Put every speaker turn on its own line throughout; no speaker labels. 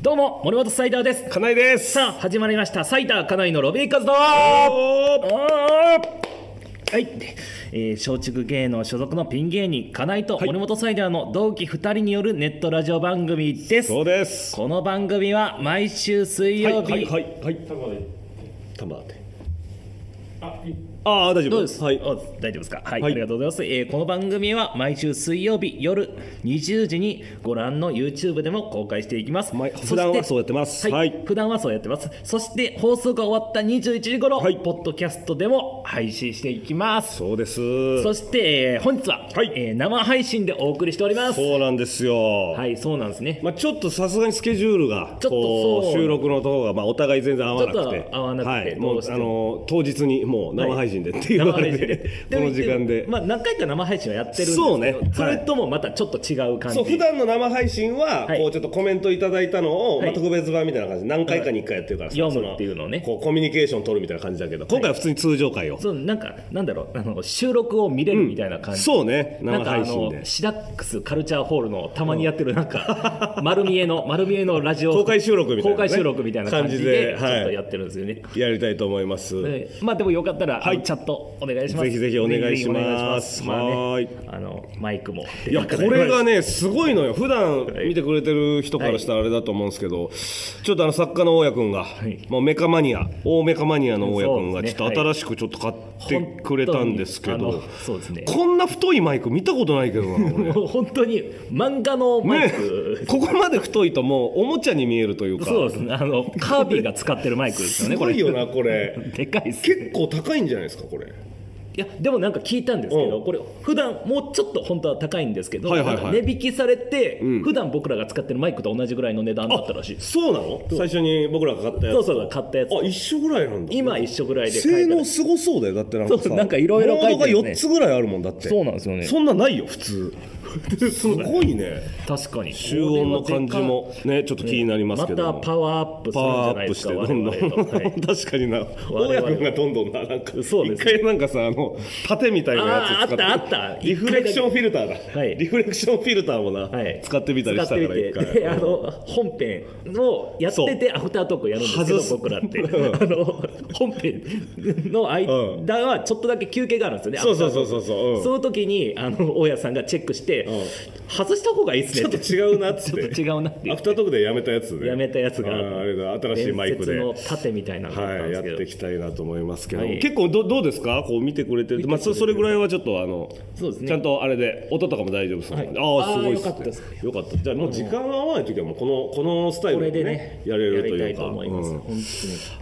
どうも森本サイダーです
かなえです
さあ始まりましたサイダーかなイのロビーカズだ
お
はい、えー、松竹芸能所属のピン芸人かなイと
い
森本サイダーの同期2人によるネットラジオ番組です、
そうです
この番組は毎週水
はい
曜
は
日、
いはいはいタンバーでああ大丈夫
どうです、
はい
お大丈夫ですか、はい、
はい
ありがとうございます、えーこの番組は毎週水曜日夜20時にご覧の YouTube でも公開していきます
まあ
そして
普段はそうやってます
は、
はいい
普段はそうやってますそして放送が終わった21時頃、
はい
ポッドキャストでも配信していきます
そうです
そして、えー本日は、
はい
えー生配信でお送りしております
そうなんですよ
はいそうなんですね、
まあちょっとさすがにスケジュールが
ちょっと
こ
そう
う収録のところがまあお互い全然合わなく
ちょってと合わなくて
はい
ど
も
うし
う
て
あの当日にもう生配信でっていう
生
の
配信で
で この時間で
もまあ、何回か生配信はやってるんですけど
そうね
それともまたちょっと違う感じ
そう普段の生配信は、
はい
こうちょっとコメントいただいたのを、
はい
まあ、特別版みたいな感じで何回かに1回やってるからさ
読む
その
っていうのをね
こうコミュニケーション取るみたいな感じだけど今回は普通に通常会を、
そうなんかなんだろうあの収録を見れるみたいな感じ、
そうね
なん
生
かあ
配信
の
で
シダックスカルチャーホールのたまにやってるなん か、丸見えの丸見えのラジオ
公開収録みたいなね
公開収録みたいな感じで
感
ち
じではい
ょっとやってるんですよね、
やりたいと思います、
えーまあでもよかったら、
は
あ
い
のチャットお願いします
ぜひぜひお願い
ぜひ
します
ぜひお願いしますまあね
はーい
あのマイクも
いやこれがねすごいのよ普段見てくれてる人からしたらあれだと思うんですけど、ちょっとあの作家の大家君が、
い
もうメカマニア大メカマニアの大家
そ
君
う
が
で
ち
すね
ょっと新しくちょっと買ってくれたんですけど、
本当にあのそうですね
こんな太いマイク見たことないけ どな俺
もう本当に漫画のマイク、
ね、ここまで太いともうおもちゃに見えるというか
そうですねあのカービィが使ってるマイクですよね
すごいよなこれ
これでかいっすね
結構高いんじゃないですかこれ
いやでもなんか聞いたんですけど、
うん
これ普段もうちょっと本当は高いんですけど、
はいはいはい
なんか値引きされて、
うん
普段僕らが使ってるマイクと同じぐらいの値段だったらしいです
そうなの最初に僕らが買ったやつ
そうそう買ったやつ
あ一緒ぐらいなんだ
今一緒ぐらいで買
性
えたら
能すごそうだよだってなんかさ
そうなんか色々書いてるね
モードが4つぐらいあるもんだって
そうなんですよね
そんなないよ 普通すごいね
確かに
集音の感じもねちょっと気になりますけど
またパワーアップす
パ
るんじ
ワ
ゃ
ー
な
アッ
いで
プ
す
し
か
てどんどん、
我々とはい々
確かにな大
は
家君がどんどんななんか
そうです
一回なんかさあの縦みたいなやつ使って
あーあったあった
リフレクションフィルターだ、
はい
リフレクションフィルターもな、
はい
使ってみたりしたから
使ってみ
一
て
回
であの本編をやっててアフタートークやるんですけど
外す
僕らって、
うん
あの本編の間はちょっとだけ休憩があるんですよね、
そうそうそう
アフタートーク
そうそううん
その時にあの大家さんがチェックして、
う
外した方がいいっす
ち
ね
ょ
っ
っと
て
違うなっつ
ち
っ
ょ
て
っと違うなって言
ア
っ
フ
て
タートークでやめたやつね
やめたやつが
あーあれだ新しいマイクで
伝説の盾みたいなのがあった
は
ん
い、
で
や
す
っ
けど、
ていきたいなと思いますけど、
はい
結構どどうですかこう見てくれてるまあ、そそれぐらいはちょっとあの
そうですね
ちゃんとあれで音とかも大丈夫そうなんで、
はい
ああすごい
あーよかったです
ねよかったじゃあもう時間が合わない時はもうこのこのスタイ
これ
ル
で
で、
ね
ね、やれると
やり
いう
たいと
か
思います、
うん
本当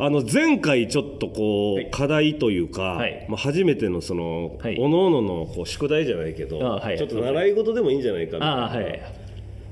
に
あの前回ちょっとこう、
はい
課題というか、
はい
まあ、初めてのその、
はい
おのおののこう宿題じゃないけど、
あはい
ちょっと習い事でもいいんじゃないかみたいな
ああはい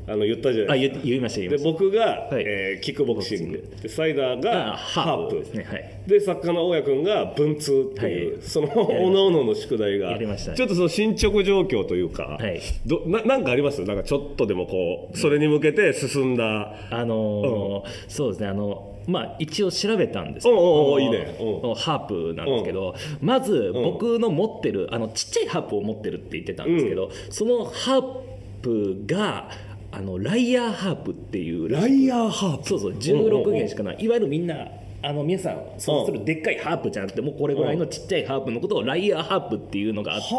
あの言ったじゃな
あ
いですか
言言いました言い
で
ました
僕が、
はい
えーキックボクシングでサイダ
あ
ーが
ハ
ハ
ー
ー
プ
プ
ですねはい
で作家の大家君が文通ってい
は
う、
い
そのおのおのの宿題が
やりましたね
ちょっとその進捗状況というか、
はい
どななんかありますなんかちょっとでもこうそれに向けて進んだ、
あのーそうですねあのまあ一応調べたんです
おうおうおう
あの
いいねお
ハープなんですけどまず僕の持ってるあのちっちゃいハープを持ってるって言ってたんですけど、そのハープがあのライヤーハープっていう
ライヤーハープ
そうそう16弦しかないいわゆるみんなあの皆さんそうするでっかいハープじゃなくてもうこれぐらいのちっちゃいハープのことをライヤーハープっていうのがあって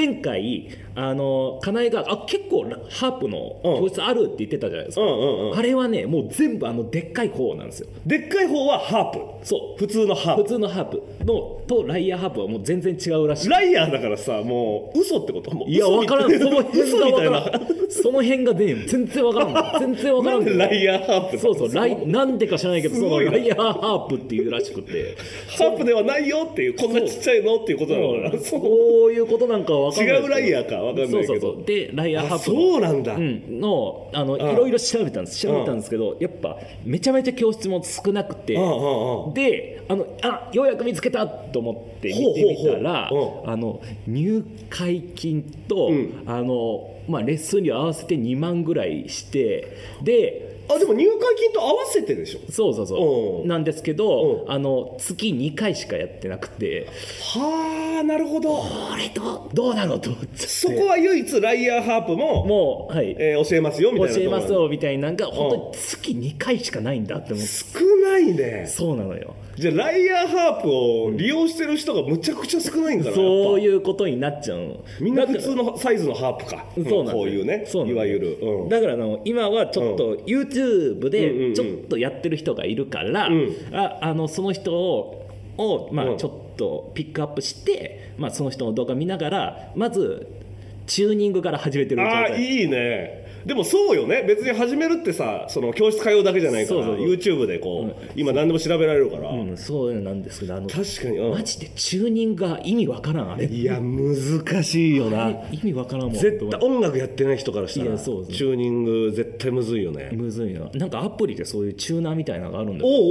で前回あのかなえがあ結構ハープの教室あるって言ってたじゃないですか、
うんうんうん
あれはねもう全部あのでっかい方なんですよ
でっかい方はハープ
そう
普通のハー
普
プ
通のハープのとライヤーハープはもう全然違うらしい
ライヤーだからさもう嘘ってこともう
いや
嘘
分
み
か
たい
らんその辺
嘘みたい
が
な
分からんその辺がね全然分からん全然分からん
なんで ライヤーハープなの
そうそうライなんでか知らないけど
す
その
ごいな
ライヤーハープっていうらしくて
ハープではないよっていうこんなちっちゃいのっていうことなのかなそう
そういうことなんかは分かんないですけど
違うライヤーか分かんないけ
そ
ど
うそうそうでライヤーハー
あ
プ
そうなんだ、
うんのあのい
ん
ろいろ調べたんです調べたんですけどやっぱめちゃめちゃ教室も少なくて
うんうんうん
であのあようやく見つけたと思って見てみたら
ほうほうほ
あの入会金と、
うん
あのまあ、レッスン料合わせて2万ぐらいしてで
あでも入会金と合わせてでしょ
そうそうそううんなんですけど
うん
あの月2回しかやってなくて
はあなるほど
これどうどうなのと思っちゃって
そこは唯一ライアーハープも
もうはい
えー教えますよみ
教
たいなとこ
え
ろ
ますよみたいなんが本当に月2回しかないんだって思って
少ないね
そうなのよ
じゃあライアーハープを利用してる人がむちゃくちゃ少ないんだな
そう
う
いうことになっちゃうの
みんな
だか
普
ら
通のサイズのハープか
そうなんだよ
こういうね
そうなん
い
だ
わ
よ
ゆる、うん
だからあの今はちょっと YouTube
うんうんう
で
ん
ちょっとやってる人がいるから、
ん
ああのその人をを、ま
う
あ、
ん
ちょっとピックアップして、まあ、その人の動画見ながらまずチューニングから始めてる状
ああ
態
いいねでもそうよね別に始めるってさその教室通うだけじゃないから
そうそうそう
YouTube でこう、今何でも調べられるから、
うん、そうなんですけどあの
確かに、う
マ
ん、
ジでチューニングが意味わからんあれ
いや難しいよな
意味わからんもん
絶対音楽やってない人からした
い
ら
やそうそう
チューニング絶対むずいよね、
むずいななんかアプリでそういうチューナーみたいなのがあるんだけど
おう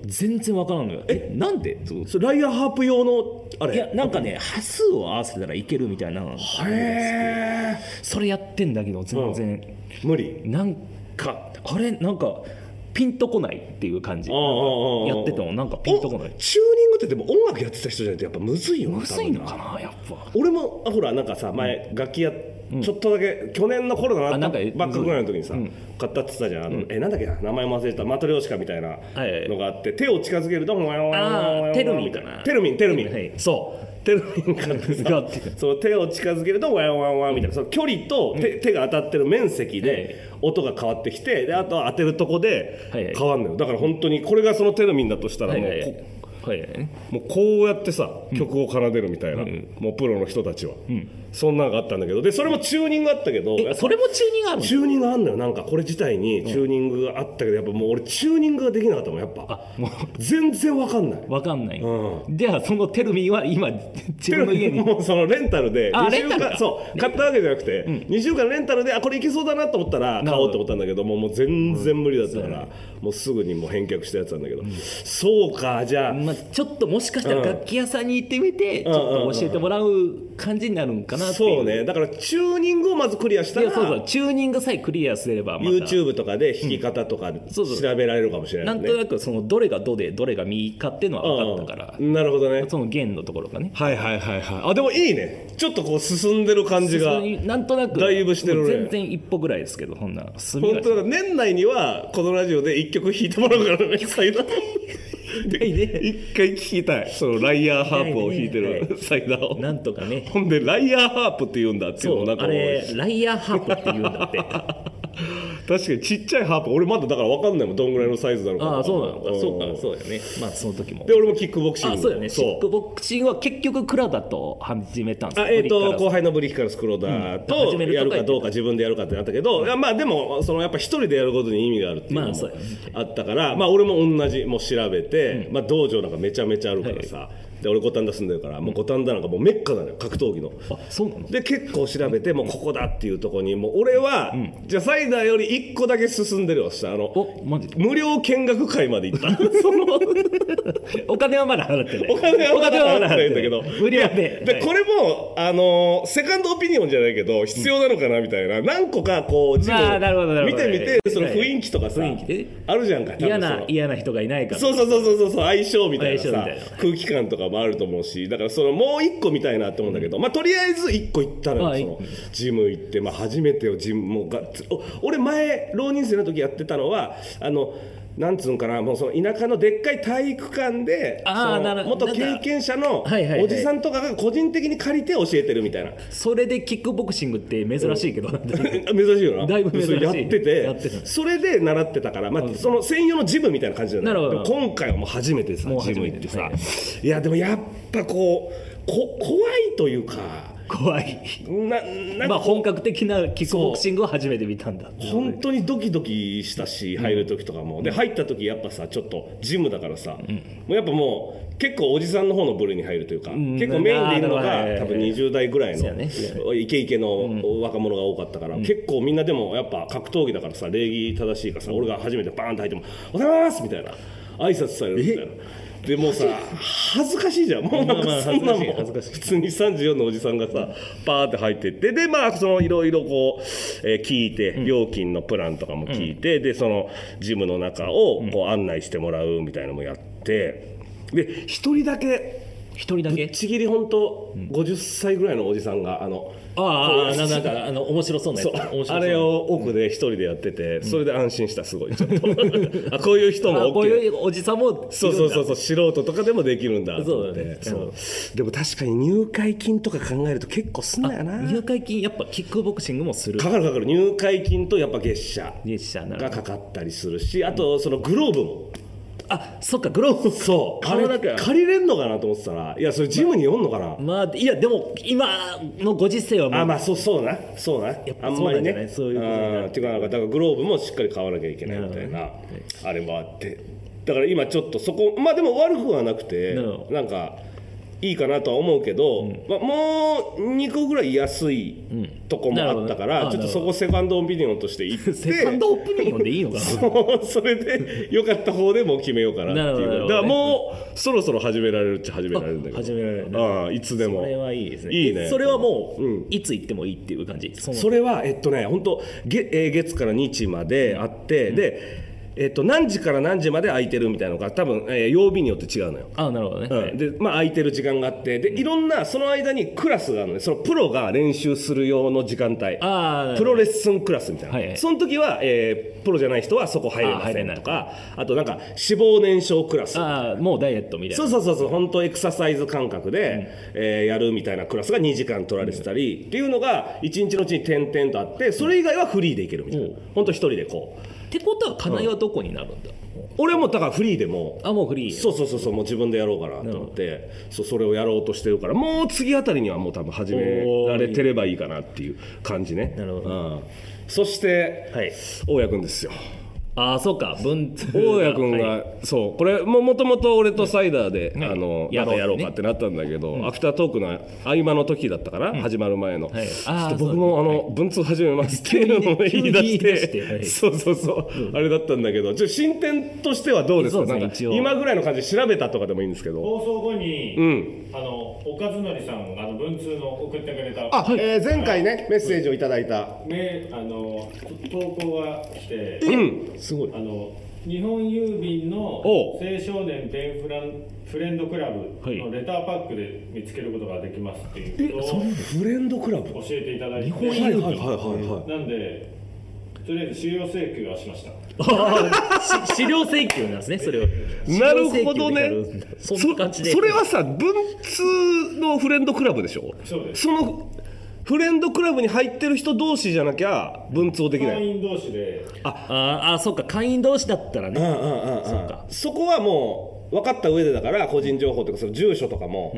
おう
全然わからんのよえなんで
それライアーハープ用のあれ
いやなんかね端数を合わせたらいけるみたいな
へえ
それやってんだけど全然、
無理
なんかあれなんかピンとこないっていう感じ
ああああああ
やっててもなんかピンとこない
おチューニングってでも音楽やってた人じゃないとやっぱむずいよな
むずいのかなやっぱ
俺もあほらなんかさ前楽器やちょっとだけ去年のコロナ
あ
の
なんか
バックぐらいの時にさ
うん
買ったって言ってたじゃんあのえなんだっけな名前も忘れてたマトリョーシカみたいな
はいはい
のがあって手を近づけるともやもやもやもや
あーテルミンかな
テルミンテルミン
はいそう
テルミン買ってさ
がって
その手を近づけるとワンワンワンみたいなその距離と手,、手が当たってる面積で音が変わってきてであとは当てるとこ
はいは
で
い
変わんのよだから本当にこれがそのテルミンだとしたら
はい
も,、
うはいはいはいはい
もうこうやってさ曲を奏でるみたいな、もうプロの人たちは、そんなのがあったんだけどでそれもチューニングあったけど
えそれもチューニングあるの
チューニングあんのよなんかこれ自体にチューニングがあったけどやっぱもう俺チューニングができなかったもんやっぱ
あも
全然わかんないう
わかんない、
う
じゃあそのテルミンは 今自分の家に
もうそのレンタルで
あ
2週
レンタル
間
か
そう買ったわけじゃなくて、2週間レンタルであこれいけそうだなと思ったら買
なるほ
おう
ど
と思ったんだけどもうもう全然無理だったから、もうすぐにもう返却したやつなんだけど、そうかじゃあ、
まあ、ちょっともしかしたら楽器屋さんに行ってみて、
ん
ちょっと教えてもらう感じになるんかなっていう
そうねだからチューニングをまずクリアした
い
ら
やそうそうチューニングさえクリアすればまた
YouTube とかで弾き方とか調
そうそう
べられるかもしれな、
ない
ね
んとなくそのどれがどでどれがミかっていうのは分かったから、
うんなるほどね
その弦のところがね
はいはいはいはいあでもいいねちょっとこう進んでる感じが
普通になんとなく
だいぶしてるね
もう全然一歩ぐらいですけどそんなすみ
本
ま
当だから年内にはこのラジオで一曲弾いてもらうからね最大
いね
一回聞きたいそのライアーハープを弾いて
は
るサイダーを
なんとかね
ほんでライアーハープって言うんだっていう
そ
の
う
なんか
あれライアーハープって言うんだ って
確かにちっちゃいハープ俺まだだから分かんないもんどんぐらいのサイズなのか
ああそうなのか
ん
そうかそうだよねまあその時も
で俺もキックボクシング
あそうだよねシック
う
ボクシングは結局倉田と始めたんですよ
あえー、
堀
と
田
後輩のブリヒカルスクローダー
うん
と
始めるとか
やるかどうか自分でやるかってなったけど、いやまあでもそのやっぱ一人でやることに意味があるっていうの
まあそ
も
うだよね
あったから、まあ、俺も同じもう調べて、まあ、道場なんかめちゃめちゃあるからさ、で俺五反田住んでるからもう五反田なんかもうメッカなのよ格闘技の。
あそうなの
で結構調べてもうここだっていうところにもう俺は、じゃあサイダーより1個だけ進んでるよしたあの
おマジで
無料見学会まで行った その
お金はまだ払ってない
お金はまだ払ってないんだけど
お金はまだ払ってない無料で
で
はい
これもあのーセカンドオピニオンじゃないけど必要なのかなみたいな何個かこうジム
まあなるほどなる
見
ほ
て
ど
みてその
はいはい
雰囲気とかさ
雰囲気で
あるじゃんか多分
嫌
そ
な
の
嫌な人がいないから
そうそうそうそうそう相性みたいなさ
相性みたいな
空気感とかもあると思うしだからそのもう一個見たいなって思うんだけど、まあとりあえず一個行ったの
あ
よそのジム行って、まあ、初めてよジムもうがっつお俺前浪人生の時やってたのはあのなんつうんかなもうその田舎のでっかい体育館で
あー
その
なる
元
なんだ
経験者の
はいはいはい
おじさんとかが個人的に借りて教えてるみたいな。
それでキックボクシングって珍しいけど、
珍しいよな
だいぶ珍しい
それやってて
やってた
それで習ってたから、まあ、その専用のジムみたいな感じじゃない
なるほど
でも今回はもう初めてさ
もう初
ジ
めて
ム行ってさ、
はい
い、やでもやっぱこうこ怖いというか
怖い
ななん
まあ
か
本格的なキックボクシングを初めて見たんだって
本当にドキドキしたし入る時とかも、で入った時やっぱさちょっとジムだからさ、もうやっぱもう結構おじさんの方の部類に入るというか、
ん
結構メインでいるのが
なるほど
多分20代ぐらい
そうやね
のイケイケの若者が多かったから、結構みんなでもやっぱ格闘技だからさ礼儀正しいからさ俺が初めてバーンと入っても「おはようございます」みたいな。挨拶されるみたいな。でもうさ恥ずかしいじゃんもうな
まあ
ん
ま
か
あ
そんなもん
恥ずかしい恥ずかしい
普通に34のおじさんがさパーって入ってってでまあそのいろいろこう、えー聞いて料金のプランとかも聞いて、でそのジムの中をこう案内してもらうみたいなのもやってで一人だけ
一人だ
ぶっ
け
ちぎり本当50歳ぐらいのおじさんがあの
あ
こ
あ
う
ななんかあの面白そうなやつ
そう
面白そう
あれを奥で一人でやってて、それで安心したすごいちょっと あこういう人
あ
も
こう
OK
いうおじさんもいるんだ
そうそうそうそう素人とかでもできるんだと思って
そうだね
そうでも確かに入会金とか考えると結構すんだよな
入会金やっぱキックボクシングもする
かかるかかる入会金とやっぱ月謝
月謝な
が
ら
かかったりするしあとそのグローブも
あそっかグローブ
そうあ
顔だか
れ
ら
借りれんのかなと思ってたらいやそれジムにおんのかな、
まあいやでも今のご時世はも
あ
う
まあそうそうなそうな
やっぱ
あんまり
そうなんじゃな
ね
いそういうことになる
んっていうかなんかだからグローブもしっかり買わなきゃいけないみたいなあれもあってだから今ちょっとそこまあでも悪くはなくて
なるほど
なんかいいかなとは思うけど、まあ、もう2個ぐらい安いとこもあったか
なる
ら、
ほ
ち
どね
ょっ
あ
とそこセカンドオピニオンとして行っ て
セカンドオピニオンでいいのかな
そう それで良かった方でもう決めようかなってい
なる
う
ほど
だからもうそろそろ始められるっちゃ始められるんだけど
あ始められるね
ああいつでも
それはいいですね
いいね
それはもう、
うん
いつ行ってもいいっていう感じその
それは、えっとね、本当、げえー月から日まであって、で、えっと、何時から何時まで空いてるみたいなのが、多分、えー曜日によって違うのよ。
あなるほどね、
うん、で、まあ、空いてる時間があって、で、いろんな、その間にクラスがあるのね、そのプロが練習する用の時間帯。
ああ
プロレッスンクラスみたいな、
はいはい
その時は、えープロじゃない人はそこ入れませんと
あ
かあとなんか脂肪燃焼クラス
あーもうダイエットみたい
そ
な
うそうそうそう本当エクササイズ感覚で、えーやるみたいなクラスが2時間取られてたり、っていうのが1日のうちに点々とあってそれ以外はフリーでいけるみたいな、
うん
本当一人でこう
ってことは金井はどこになるんだ、
俺はもうだからフリーでも
あもうフリー
そうそうそうそうもう自分でやろうかなと思ってそうそれをやろうとしてるからもう次あたりにはもう多分始められてればいいかなっていう感じね
なるほど
うんそして、
はい
大家君ですよ
ああそうか文通が
大家君が、
はい
そうこれももともと俺とサイダーで、
ん
あの
や
や
ろうってね
ろやろうかってなったんだけど、アフタートークの合間の時だったから、始まる前の、
はい
ちょ
あー
っと僕もあの、文通始めますっていうのを
急
言
にね急に言い
い出し
出
て
してはい
そうそうそう、あれだったんだけどちょっと進展としてはどうです
そ
か
うですね
なんか
一応
今ぐらいの感じで調べたとかでもいいんですけど
放送後に、
ん
あの岡津成さんがあの文通の送ってくれた
あ、えー前回ねメッセージをいただいた、
ねあの投稿が来て
うんすごい
あの日本郵便の
お
青少年ペンフランフレンドクラブのレターパックで見つけることができますっていうことを
フレンドクラブ
教えていただいて
はいはいはいはいはい
なんでとりあえず終了請求はしました
し資料請求なんですねそれを
なるほど
資料請求
ね
でやるんだそんな感じで
そそれはさ文通のフレンドクラブでしょ
そうです
そのフレンドクラブに入ってる人同士じゃなきゃ文通できな
会
い
員同士で
あーあーそうか会員同士だったらね、
うんうんうんうん
か
そこはもう分かった上でだから個人情報とかその住所とかも、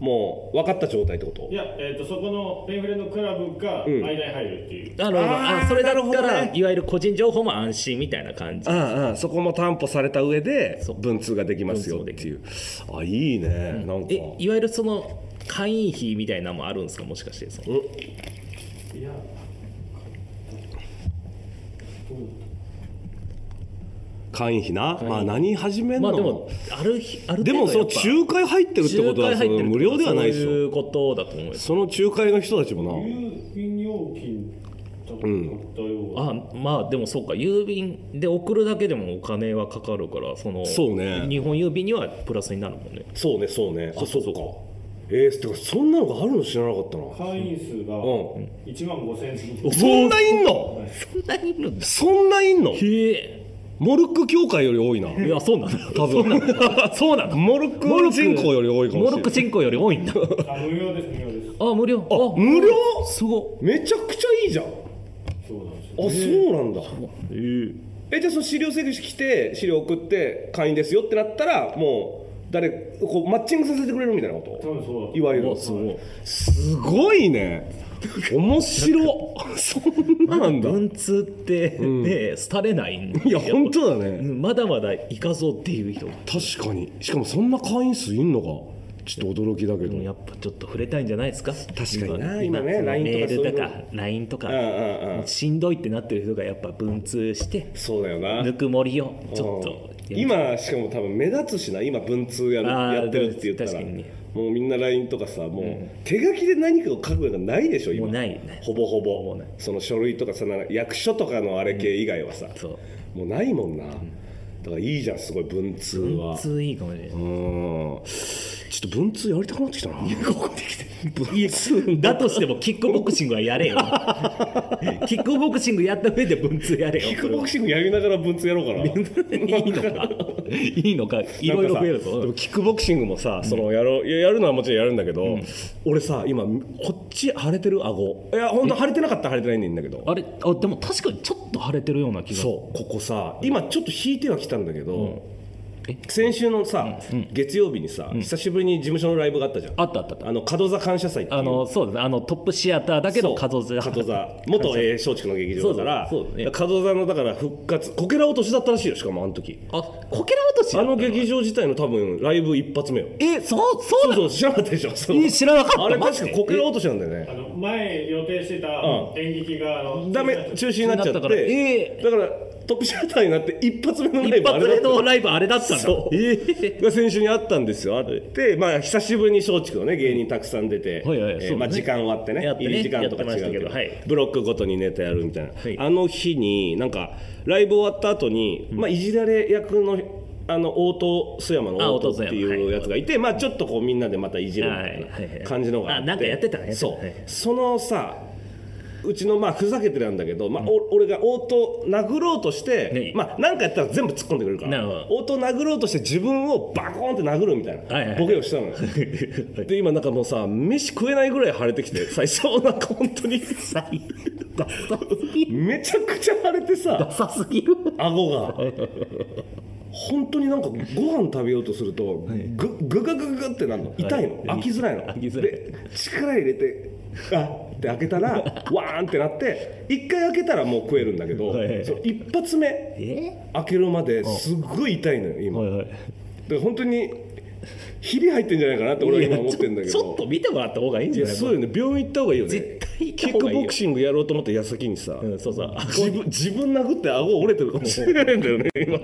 もう分かった状態ってこと
いや、えー、とそこのペンフレンドクラブが間に入るっていう、
なるほどあ
あー
それだった
なるほ
ら、
どね
いわゆる個人情報も安心みたいな感じ
うんうん、そこも担保された上で
そう
文通ができますよっていうあいいね、なんか
えいわゆるその会員費みたいなのもあるんですかもしかしてその
いや
会員費な、まあ何始めん
ま
の、
あでもある日ある程度
でもその仲介入ってるってことは
仲介入ってる
その無料ではないでしょ
そういうことだと思います
その仲介の人たちもな、
郵便料金とかだったような、
あまあでもそうか郵便で送るだけでもお金はかかるからその
そうね
日本郵便にはプラスになるもんね
そうねそうねあそうかえー、てかそんなのがあるの知らなかったな
会員数が
うん
1万5000人、
そんないんの
そんなにいるんだ
そんないん の
へえ
モルック協会より多いない
やそうなんだ
多分
そうなんだ
モルック人口より多いかも
モ
しれ
ルッ
な
ク
い
人口より多いんだ
あ無料です無料です
あ無料あ
無料
すご
めちゃくちゃいいじゃんあ
そうなんですよ
そうなんだ
い
えじゃあその資料請求してきて資料送って会員ですよってなったらもう誰こうマッチングさせてくれるみたいなこ
多分そうだ
といわゆ
お
る
すごい
すごいね面白 そんななんだ
文通ってね廃れないんだ
いや本当だね
うんまだまだいかそうっていう人
確かにしかもそんな会員数いんのか
ちょっと驚きだけ
で
ど
もやっぱちょっと触れたいんじゃないですか
確かにな今ね
その
LINE とか
メールとか
そういう
LINE とか
うんうんうん
しんどいってなってる人がやっぱ文通して
そうだよな
ぬくもりをちょっと
うん今しかも多分目立つしな今文通やる
あー
やってるって言ったら、
確かにね
もうみんな LINE とかさもう、手書きで何かを書くのがないでしょ今
もうないね
ほぼほぼ
もうない
その書類とかさな役所とかのあれ系以外はさ、
そう
もうないもんな、だからいいじゃんすごい文通は
文通いいかもしれない
うんちょっと文通やりたくなってきたなここできて文通
だとしてもキックボクシングはや れよキックボクシングやった上で文通やれよ
キックボクシングやりながら文通やろうかな
いいのかいいのかいろいろ増える
なんかさでも
ぞ
キックボクシングもさ、そのやろういややるのはもちろんやるんだけど、俺さ今こっち腫れてる顎いや本当腫れてなかったら腫れてないんだけど
あれあでも確かにちょっと腫れてるような気が
そうここさ今ちょっと引いてはきたんだけど、
え
先週のさ、月曜日にさ、久しぶりに事務所のライブがあったじゃん
あったあったあった
あの門座感謝祭っていう
あのそうですねあのトップシアターだけ
そ
ど
う
加藤
加藤座元えー松竹の劇場だから
そうだそうだね
だから加藤座のだから復活こけら落としだったらしいよしかもあの時
あこけら落とし
あの劇場自体の多分ライブ一発目よ
えそうそう
そう
なの
そう知らなかったでしょそう
え知らなかった
あれ
マ
確
ジ
か
で
こけら落としなんだよ
あ
ね
の前予定してた
う
演劇があの
ダメ中止になっちゃ
なった
っ
から
て
え
だからトップシャッターになって一発目のライ
一
ブあ
発
れ
目
だ
の
っ
ライブあれだったんだ
そう
えー
たが先週にあったんですよあってまあ久しぶりに松竹のね芸人たくさん出てえ
はいはいそうだね
ーまあ時間終わってね
やってね
入り時間とか違うけ
やってましたけ
ど
どはい
ブロックごとにネタやるみた
はい
いなあの日になんかライブ終わった後にまあいじられ役のあの大戸須山の
あ
大戸って
大戸須山
い
は
う
い
やつがいてまあちょっとこうみんなでまたいじるみ
はいは
た
い
い
はい
な感じのがあ
あなんかやってたねやってた
そう
はい
そのさうちのまあふざけてなんだけど、まあ、お俺が応答殴ろうとして、
ね
まあなんかやったら全部突っ込んでくるか
なる
ら
ほど
応答殴ろうとして自分をバコーンって殴るみたいな、
はいはい
ボケをしたのよで今なんかもうさ飯食えないぐらい腫れてきて最初なんか本当に
ダサすぎる
めちゃくちゃ腫れてさ
ダサすぎる
顎が本当になんかご飯食べようとするとグググググってなるの痛いの
はい
開きづらいの
開きづらい
で力入れてあって開けたら わーンってなって一回開けたらもう食えるんだけど
はいはい
その一発目
え
開けるまですっごい痛いのよ今
はい
だか
はい
ら本当にひび入ってんじゃないかなって俺は今思ってんだけ
ちょっ
ど
と見てもらった方がいいん
い
じゃ
や
ない
そうよね病院行った方がいいよね
絶対行
キ
った
ッ
方が
ク
いいよ
ボクシングやろうと思った矢先にさ
うんそうそう
自分自分殴って顎折れてるかもしれないん だよね今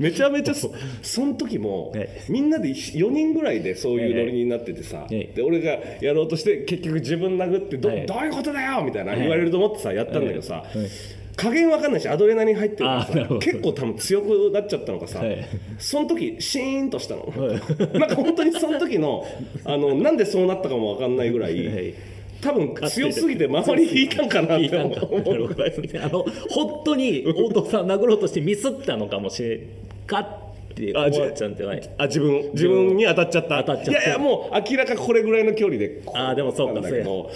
めちゃめちゃそその時も
はい
みんなで4人ぐらいでそういうノリになっててさ
いはい
で俺がやろうとして結局自分殴ってど,、
はい
どういうことだよみたいな
はい
言われると思ってさやったんだけどさ
いはい
加減わかんないしアドレナリン入ってるから
あーなるほど
さ結構多分強くなっちゃったのかさ、
はい
その時シーンとしたの、
は
なんか本当にその時のあのなんでそうなったかもわかんないぐらい、
はい
多分強すぎて周り引いたんかなって思う
なるほどねあの本当に大藤さん殴ろうとしてミスったのかもしれんかって思
あじゃ
っちゃうんじゃない
あ自分自分に当たっちゃった
当たっちゃった
いやいやもう明らかこれぐらいの距離でこ
あーでもそうか
なんだけど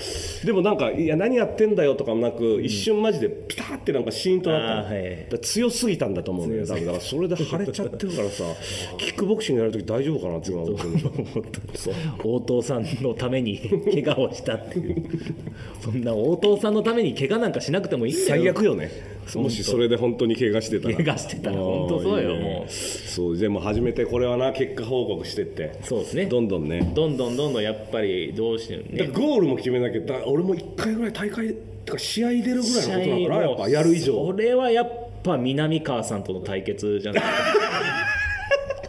でもなんかいや何やってんだよとかもなく、一瞬マジでピタってなんかシーンとなった
あー
の、
はい
だから強すぎたんだと思うねだからそれで腫れちゃってるから さキックボクシングやる時大丈夫かなって今思ってるそう
大藤さんのために 怪我をしたっていうそんな大藤さんのために怪我なんかしなくてもいいんだよ
最悪よねもしそれで本当に怪我してたら
怪我してたら本当そうよ
あーいいね
もう
そうでも初めてこれはな結果報告してって
そうですね
どんどんね
どんどんどんどんやっぱりどうしてもね
だからゴールも決めなきゃだから俺も1回ぐらい大会とか試合出るぐらいのことだからやっぱやる以
そ
上
れはやっぱ南川さんとの対決じゃない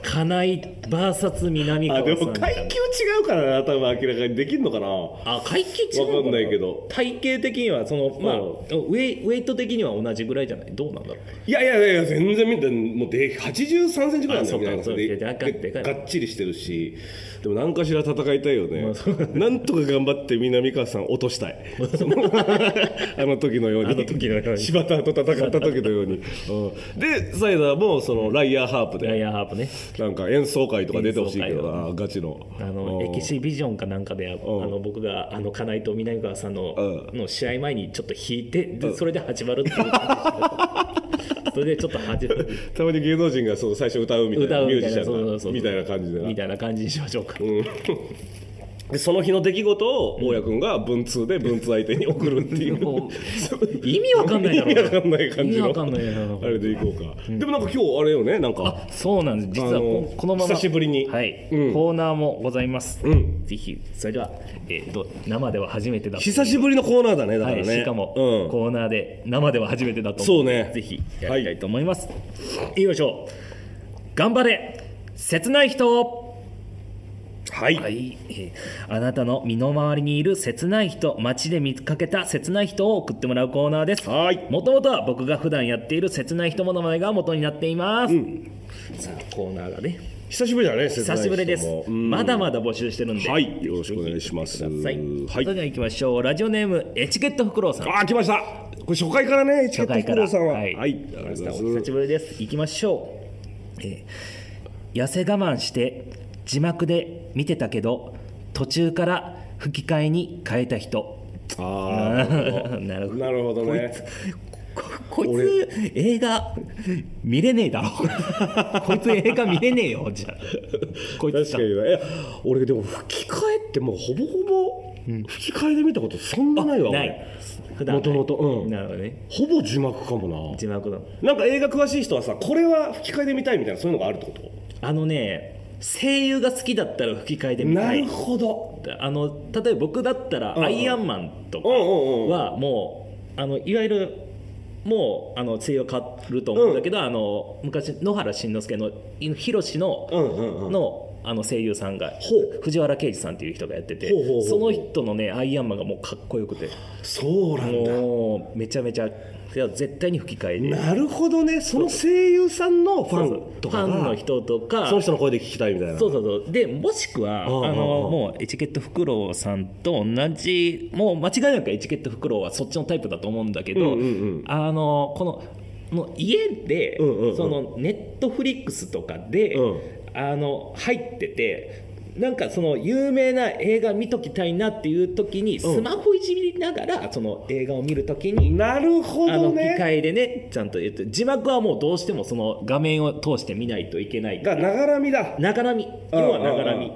金井 VS 南川
あ
さん
でも階級違うからな多分明らかにできんのかな
あ階級違うの
わかんないけど
体型的にはそのまあ
うん
ウェイウェイト的には同じぐらいじゃないどうなんだろう
いやいやいや全然見てもうで83センチぐらいなんだよ
あそうか
みたい
そう
な
かでかいでかい
がっちりしてるしでも何かしら戦いたいよね、
まあそう
なんとか頑張って南川さん落とし たいあの時のように
あの時のように
柴田と戦った時のよ うに、うんでサイダーもそのライアーハープ
ラ
で
イアーハープね
なんか演奏会とか出てほしいけどなガチの
あ
う
の
ん
エキシビジョンかなんかであ
うん
の僕があの金井と南川さんの
うん
の試合前にちょっと引いてでそれで始まるっていう感じでしたそれでちょっと始まる
たまに芸能人がその最初歌うみたい
歌
な
う
ミュ
み
ー
たい
ジシ
なそう
ャ
そうそ
ン
う
がみたいな感じでな
みたいな感じにしましょうか
うんでその日の出来事を大家君が文通で文通相手に送るっていう
もう意味わかんないだろ
意味わかんない感
意
じの
味わかんないだろ
あれでいこうか、でもなんか今日あれよねなんか
あそうなんです実
あ
は
の
ここのまま
久しぶりに
はい
うん
コーナーもございます、
うん
ぜひそれでは、えー、と生では初めてだと
久しぶりのコーナーだねだからね、
はい、しかも、
うん、
コーナーで生では初めてだと思
そうね
ぜひやりたいと思います、よいしょ頑張れ切ない人
はい、
はい、えーあなたの身の回りにいる切ない人街で見かけた切ない人を送ってもらうコーナーです
はい
もともとは僕が普段やっている切ない人ものまねが元になっています、さあコーナーがね
久しぶりだね切ない
久
人も
しぶりです、
うん
まだまだ募集してるんでは
はいよろしくお願いします
ください、
は
それ
い
では行きましょうラジオネームエチケットフクロウさん
あー来ましたこれ初回からねチケット
初回
フ
から
クロウさんはは、
はいい
ありがとうございま
久
す
しぶりです行きましょう、えー痩せ我慢して字幕で見てたけど途中から吹き替えに変えた人
あ
なる
あ
ほど
なるほどね
ここいつ映画見れねえだ ろこいつ映画見れねえよじゃあこいつ
確かにねえ俺でも吹き替えってもうほぼほぼ吹き替えで見たことそんなないわ
な
俺
い普段はない
もともとうん
なるほどね
ほぼ字幕かも
字幕の
ななんか映画詳しい人はさこれは吹き替えで見たいみたいなそういうのがあるってこと
あのね声優が好きだったら吹き替えで見たい
ほど
あの例えば僕だったら
んうん
アイアンマンとか
うんうんうん
はもうあのいわゆるもうあの声優変わると思うんだけど、あの昔野原しんのすけのいヒロシの,、
うんうんうん
のあの声優さんが
ほ
藤原啓治さんっていう人がやってて
ほうほうほうほう
その人のねアイアンマンがもうかっこよくて
そうなんだ
もうめちゃめちゃいや絶対に吹き替えで
なるほどねその声優さんのフ
そうそう
ァンとかが
ファンの人とか
その人の声で聞きたいみたいな
そうそうそうでもしくはあ
うんうんう
の
ん
もうエチケットフクロウさんと同じもう間違いなくエチケットフクロウはそっちのタイプだと思うんだけど、
うんうんうん
あのこのもう家で、
うんうんうん
そのネットフリックスとかで、
うん
あの入ってて。なんかその有名な映画見ときたいなっていう時にスマホいじりながらその映画を見る時に
なるほ
あ
ど
の機
ね
械でねちゃんと言って字幕はもうどうしてもその画面を通して見ないといけない
がながらみだ
ながらみ
ああ
要はながら
あ
み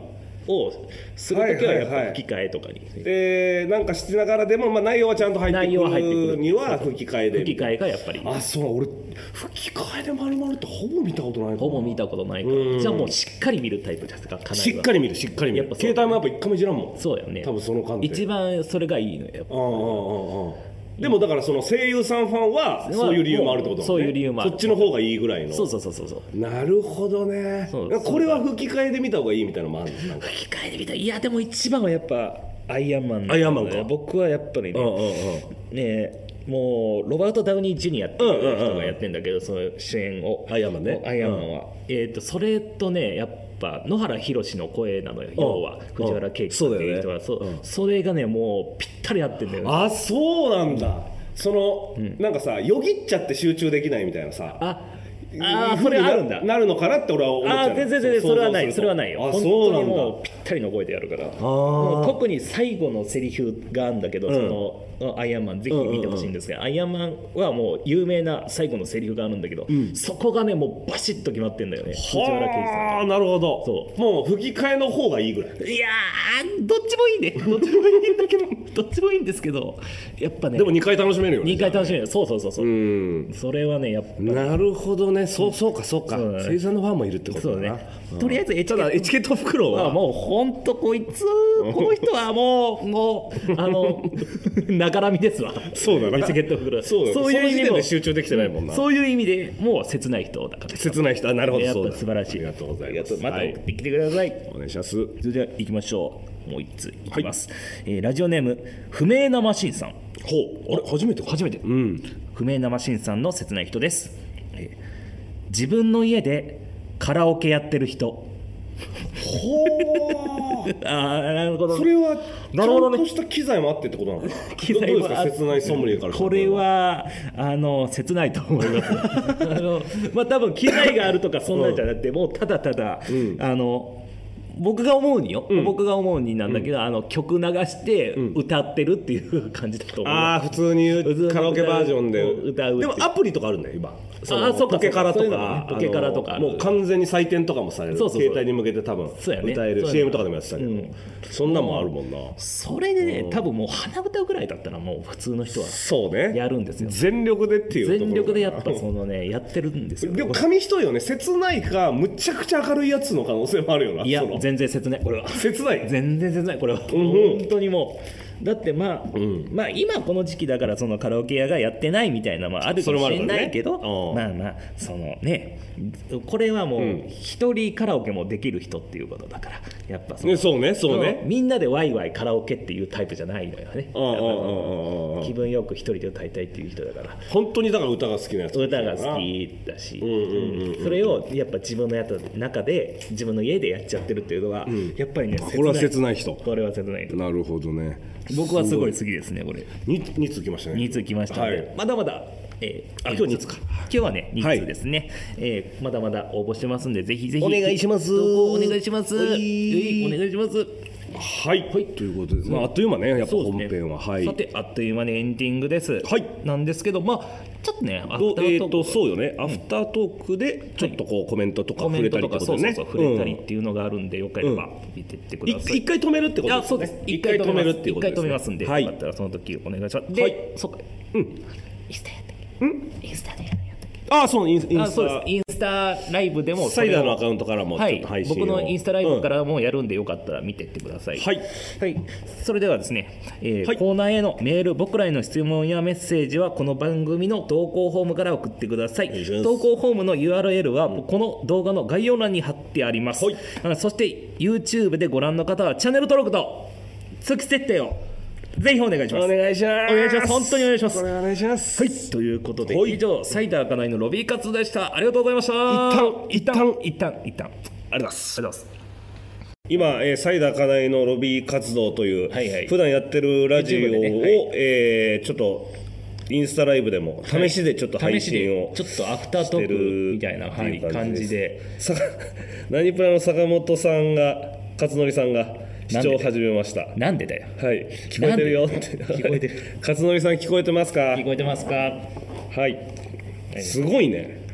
をするときはやっ
はいはいは
ぱ
い
吹き替えとかに
でなんかしてながらでも、まあ、内容はちゃんと入って
内容は入って
く
く
る
る
には吹き替えで
吹き替えがやっぱり
あそう俺吹き替えで丸々ってほぼ見たことないかな
ほぼ見たことないか
うん
らじゃあもうしっかり見るタイプですかかな
しっかり見るしっかり見る
やっぱそう
携帯もやっぱ一回もいじらんもん
そうよね
多分その観点
一番それがいいのよやっぱ
ああああああでもだからその声優さんファンはそういう理由もあるってことだもんね
そういう理由もある
そっちの方がいいぐらいの
そうそうそうそうそう
なるほどね
そうです
これは吹き替えで見た方がいいみたいなのもあるのなんか
吹き替えで見たいやでも一番はやっぱアイアンマンなんだ
アイ
よ
アン
ね
マンか
僕はやっぱり
うんうん
ねねもうロバート・ダウニー・ジュニアっていう人がやってんだけどその主演を
アイアンマンね
アイアンマンはえっとそれとねやっぱ野原宏の声なのよ要は藤原圭
そ
司
う
っ
だ
て
よね
いう人はそう
うん
それがねもうぴったり合ってんだよね
あそうなんだその、なんかさよぎっちゃって集中できないみたいなさ
あ
い
あ
う
ー
ふう
そ
に
れ
な
あるんだ
なるのかなって俺は思っちゃ
あ
う
ー全然全然それはないそれはないよ
あ
本
そう
当
な
に
んだ
もうぴったりの声でやるから
ー
特に最後のセリフがあるんだけど、そのアイアンマンぜひ見てほしいんですが、アイアンマンはもう有名な最後のセリフがあるんだけど、そこがねもうバシッと決まってんだよね藤原圭司さん
はあなるほど
そ
もう吹き替えの方がいいぐらい
いやーどっちもいいね どっちもいいんだけどどっちもいいんですけどやっぱね
でも2回楽しめるよね
2回楽しめるそうそうそうそう、
うん
それはねやっぱ
なるほどねそうそうかそうか
そうだね
声優さんのファンもいるってこと
そう
だ
ね
な
とりあえずエチケ
た
ッ
だ
ト
エチケット袋
あ
は
もう本当こいつこの人はもうもうあ のながらみですわ
そうだな
エチケット袋
そう
いう
だ
意
その時
味
点
も
で集中できてないもんな
そういう意味でもう切ない人だから
切ない人あなるほど
やっ
そう
ぱ
だ
素晴らしい
ありがとうございます
ありがとうまた
はい
送ってきてください、
お願いします
それでは行きましょうもう一ついきます、えーラジオネーム不明なマシンさん
ほうあれ初めてか
初めて、不明なマシンさんの切ない人です、えー自分の家でカラオケやってる人
ほう
ああなるほど
それはちゃ
なんるほどね
とした機材もあってってことなのかな
機
ど
材
う
も
です
あ
か切ないソムリエからしたら
これはあの切ないと思い ますあのまあ多分機材があるとかそんなんじゃなくて、もうただただ、あの僕が思うによ、僕が思うになんだけど、あの曲流して歌ってるっていう感じだと思う、
ああ普通に
普通に歌う
カラオケバージョンで
歌うっていう
でもアプリとかあるんだよ今の
あそうか
ポケカラと
そうかそうい
か
うのねポケカラとか
あのもう完全に採点とかもされる
そうそうそう
携帯に向けて多分
そうやね
歌え
そう
る
やね
CM とかでもやってたけど、
うん
そんなもんあるもんな、
それでね多分もう鼻歌ぐらいだったらもう普通の人は
そうね
やるんですよ
全力でっていうところ
全力でやっぱそのねやってるんですよ
でも紙一重よね切ないかむちゃくちゃ明るいやつの可能性もあるよない
や
その
全然切ないこれは
切ない
全然切ないこれは
ん
本当にもうだってまあ、
ん
まあ今この時期だからそのカラオケ屋がやってないみたいなまああるか
それ
も
もあ
しれ
るよね
ないけど、
うん
まあまあそのねこれはもう
うん
一人カラオケもできる人っていうことだからやっぱその
ねそうねそう
その
ね
みんなでワイワイカラオケっていうタイプじゃないのよね
うんうんうんうんうん
気分よく一人で歌いたいっていう人だから
本当にだから歌が好きなやつ
歌が好きだし、
んうんうん
それをやっぱ自分のやった中で自分の家でやっちゃってるっていうのは、やっぱりね
これは切ない人
これは切ないと
なるほどね
僕はすごい好きですねこれ
2, 2つきましたね
2通来ましたので、
はい
まだまだ、えー
あ今日二通か
今日はね
は
2通
い
ですね、えーまだまだ応募してますんでぜひぜひ
お願いします
投稿お願いします
おい
おいお願いします
はい、ということで、まあ、あっという間ねやっぱ
そう
本
ですね
編は、はい
さてあっという間にエンディングです、
はい
なんですけどまあちょっとねアフ
と
タ
え
ー
っ、
トーク
とそうよね、アフタートークでちょっとこうコメントとか
コメ
触
ン
れ
ト
たり
と
って
かそ
こと
う
で
そう
ね
そう触れたりっ
うん
ていうのがあるんでよければ見てってくださ
い
い
一回止めるってこ
い
と
や
です
そう
よ
で
ね
す一回止めるっていうこと
一
です
回止め
ね
ますんで、
はいよ
よ
か
か
っ
ったた
らその時お願いします
はい
でそうか
うん
インスタやったっけ
うん
インスタでやるんやったっけ
あそうインスイン
あ
ス
そうです
タ
インスタライブでも
サイダーのアカウントからもちょ
は
っ
い
と配、信を
僕のインスタライブか
うん
らもやるんでよかったら見てってください、
はい
はい、それではですね、えー
はい
コーナーへのメール僕らへの質問やメッセージはこの番組の投稿フォームから送ってください
願いします
投稿フォームの URL はこの動画の概要欄に貼ってあります、
はい
あそして YouTube でご覧の方はチャンネル登録と通知設定をぜひお願いします
お願いします
お願いします本当にお願いします
これお願いします
はい、ということで、
はい
以上サイダーかないのロビー活動でしたありがとうございました
一
一旦
旦
一旦一旦ありがとう
ありがとうございま
ご
す
ざいます
今、えー、サイダーかなえのロビー活動という、
はいはい
普段やってるラジオ
YouTube
を、
でねはい
えーちょっとインスタライブでも試しでちょっと配信を、
試しでちょっとアフタートークみたいな、は、
はいい
感じで
さ 何プラの坂本さんが勝則さんが視聴を始めました
なんでだよ
はい聞こえてるよ って
聞こえてる
勝則さん聞こえてますか
聞こえてますか
はいすごいね、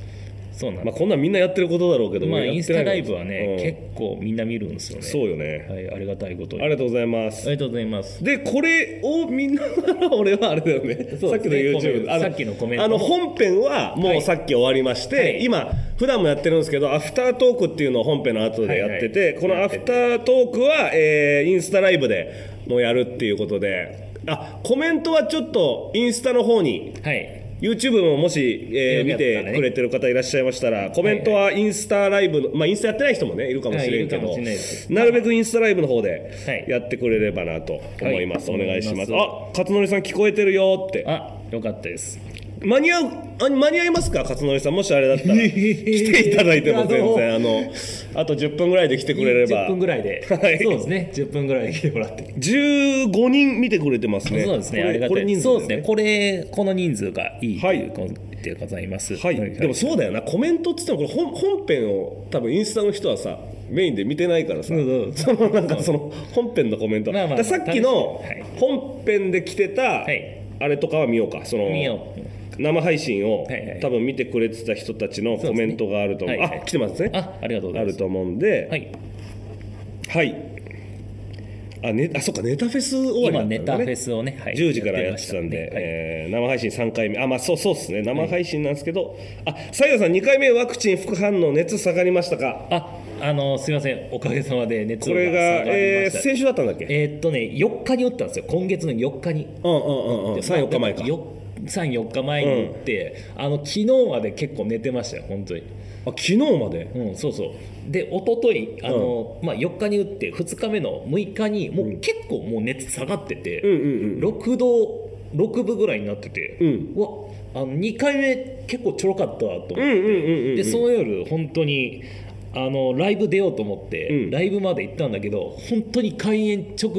そうなん
ま
で
あ、こんなんみんなやってることだろうけ
す
ど、
まあ
俺や
イン
っ
ス
てな
タ
いか
ラ
ら
イブはね、
うん
結構みんな見るんですよね
そうよね、
はい、ありがたいことに
ありがとうございます
ありがとうございます
でこれをみんな俺はあれだよね
そう
さっきの
ですねコメン
YouTube
ト
あ
さっきのコメント
あの本編は
は
も
いう
さっき終わりまして、
はい
今普段もやってるんですけどアフタートークっていうのを本編の後でやってて、
はいはい
このアフタートークは、えーインスタライブでもうやるっていうことであコメントはちょっとインスタの方に
はい
YouTube ももし、え
よ
ー
か
見
ったらね
てくれてる方いらっしゃいましたらコメントはインスタライブの、まあ、インスタやってない人もねいるかもしれんけど、
はいいるかもしれないです
なるべくインスタライブの方
はい
でやってくれればなと思います、
はい
お願いします、
思い
あ勝則さん聞こえてるよって
あよかった です
間に合うあ間に合いますか勝則さんもしあれだったら 来ていただいても全然あのあと10分ぐらいで来てくれれば
10分ぐらいで、
はい
そうですね10分ぐらいで来てもらって
15人見てくれてますね
そうですね、あ
これ
りが
こ
た
れ
い
人
で
数
す。そうですね、これ、この人数がいいと
はい
いうことでございます。
はい、でもそうだよなコメントっつってもこれ本本編を多分インスタの人はさメインで見てないからさ、
うんうん
そのなんかその本編のコメント、
まあまあ
だからさっきの
楽しみは
本編で来てた、
い
あれとかは見ようかその
見よ
生配信を、
はいはい
多分見てくれてた人たちのコメントがあると思う
そうですねはいはい
あ来てますね
あありがとうござ
あ
いま
る
す。
と思うんで
はい、
はい、あねあそっかネタフェス終わりだ
今、
ったんだ
ネ
ね
タフェスをね、はい
10時からやってたんで、
やってましたねはい
えー生配信3回目、あ、まあ、そうそうですね、生配信なんですけど、あ西郷さん、2回目、ワクチン副反応、熱下がりましたか、
ああのすみません、おかげさまで熱
こ
が
れ
下
が、
がり
え
ま
ー
した。
先週だったんだっけ、
えーっとね、4日に打ったんですよ、今月の4日に。
うんうんうんうん、3、4日前か、
よ3、4日前に打って、あの昨日まで結構寝てましたよ、本当に。
あ昨日まで、
うん、そうそうで一昨日あの、まあ4日に打って2日目の6日にもう結構もう熱下がってて、
うんうんうん、
6度6分ぐらいになってて、
うん
わあの2回目結構ちょろかったと思って、
うんうんうんうん、
でその夜本当にあのライブ出ようと思って、
うん
ライブまで行ったんだけど本当に開演直